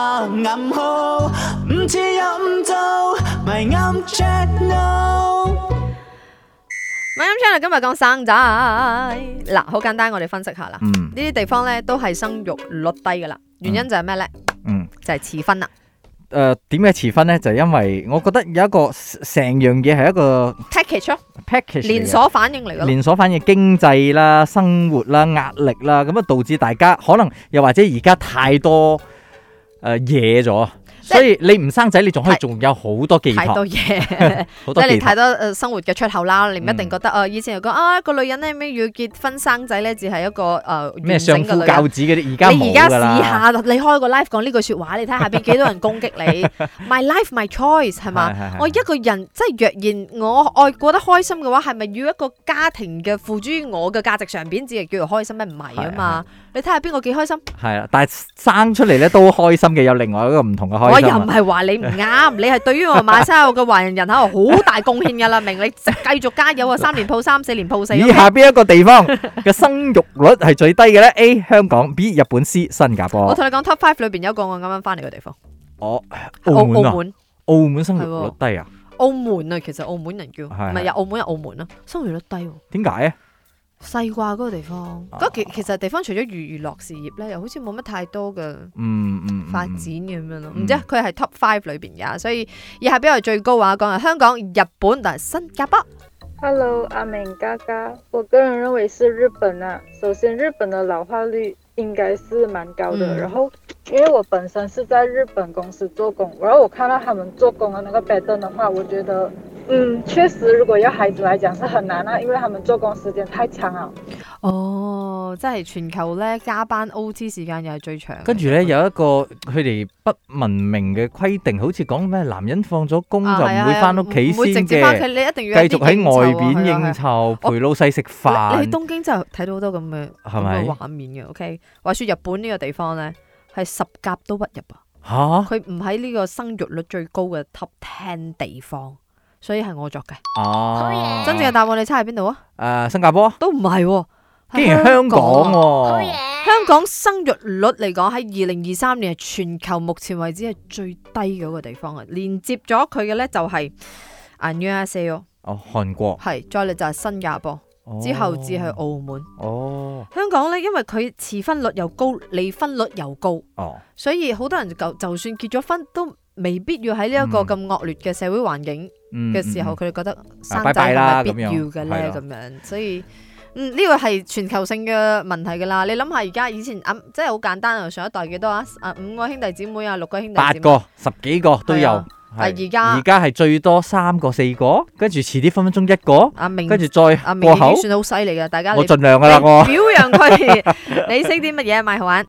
暗號，唔似飲酒，咪啱 check no。咪啱 channel 今日講生仔，嗱好簡單，我哋分析下啦。嗯呢啲地方咧都係生育率低噶啦，原因就係咩咧？嗯。就係遲婚啦。誒點解遲婚咧？就因為我覺得有一個成樣嘢係一個 package 咯， package 嚟嘅連鎖反應嚟噶咯。連鎖反應經濟啦、生活啦、壓力啦，咁啊導致大家可能又或者而家太多誒嘢咗，即係所以你唔生仔，你仲可以太仲有好多寄太託，多嘢，好 即多係你寄託太。多誒生活嘅出口啦，你唔一定嗯覺得誒以前又講啊個女人咧咩要結婚生仔咧，只係一個呃誒咩相夫教子嗰啲，而家你而家冇㗎試啦。下，你開個 live 講呢句説話，你睇下邊幾多人攻擊 你？My life, my choice 係嘛係係係？我一個人即係若然我愛過得開心嘅話，係咪要一個家庭嘅付諸於我嘅價值上邊，只係叫做開心咩？唔係啊嘛！你睇下邊個幾開心？係啦，但係生出嚟咧都開心嘅，有另外一個唔同嘅我開又心唔啊。係話你唔啱，你係對於我馬來西亞嘅華人人口好大貢獻㗎啦，明你繼續加油啊！三年抱三，四年抱四。以 OK？下邊一個地方 嘅生育率係最低嘅咧？A 香港，B 日本，C 新加我坡。同你講 top five 裏邊有一個我啱啱翻嚟嘅地方，我澳澳門啊澳，門。澳門生育率低啊？澳門啊，其實澳門人叫，唔係係有澳門有澳門啦，生活率低喎。點解咧？細啩嗰個地方，啊嗰其其實地方除咗娛娛樂事業咧，又好似冇乜太多嘅嗯嗯，嗯發展嘅咁樣咯。嗯唔知啊佢係 top five 裏邊㗎，所以以下邊係最高啊？講係香港、日本但係新加坡。 Hello，阿美嘎嘎，我个人认为是日本啊。首先，日本的老化率应该是蛮高的。嗯然后，因为我本身是在日本公司做工，然后我看到他们做工的那个 pattern 的话，我觉得，嗯，确实，如果要孩子来讲是很难啊，因为他们做工时间太长啊了。哦，即係全球咧加班 OT 時間又係最長嘅。跟住咧有一個佢哋不文明嘅規定，好似講咩男人放咗工就啊唔係啊會係啊翻屋企唔會直先接翻屋企，嘅，你一定要有繼啲續喺外邊應酬啊應係啊酬，陪老細食係啊你你喺飯。東京就睇到好多咁嘅係咁咪嘅畫面嘅。OK，話說日本呢個地方咧係十甲都不入啊。吓佢唔喺呢個生育率最高嘅 top ten 地方，所以係我作嘅。啊！真正嘅答案你猜喺邊度啊？誒新加坡，都唔係喎，竟然係香港港啊喎，香港生育率嚟講喺二零二三年係全球目前為止係最低嘅一個地方啊！連接咗佢嘅呢就係 a n u a s e o 哦韓國，係再嚟就係新加坡，之後至係澳門。哦香港呢，因為佢遲婚率又高，離婚率又高。哦所以好多人就就算結咗婚都未必要喺呢一個嗯咁惡劣嘅社會環境嗯嘅時候，嗯佢哋覺得生拜仔拜係啦咪必要嘅咁咧？樣咁樣，所以嗯呢個係全球性嘅問題㗎啦。你諗下而家以前啊，即係好簡單啊，上一代幾多啊？啊五個兄弟姊妹啊，六個兄嗯弟八姊妹。個十幾個都有係啊，但係而家而家係最多三個四個，跟住遲啲分分鐘一個，阿明啊跟住再阿明已過經後，算好犀利㗎，大家你我你盡量㗎啦表 我。揚佢，你識啲乜嘢啊？咪好玩。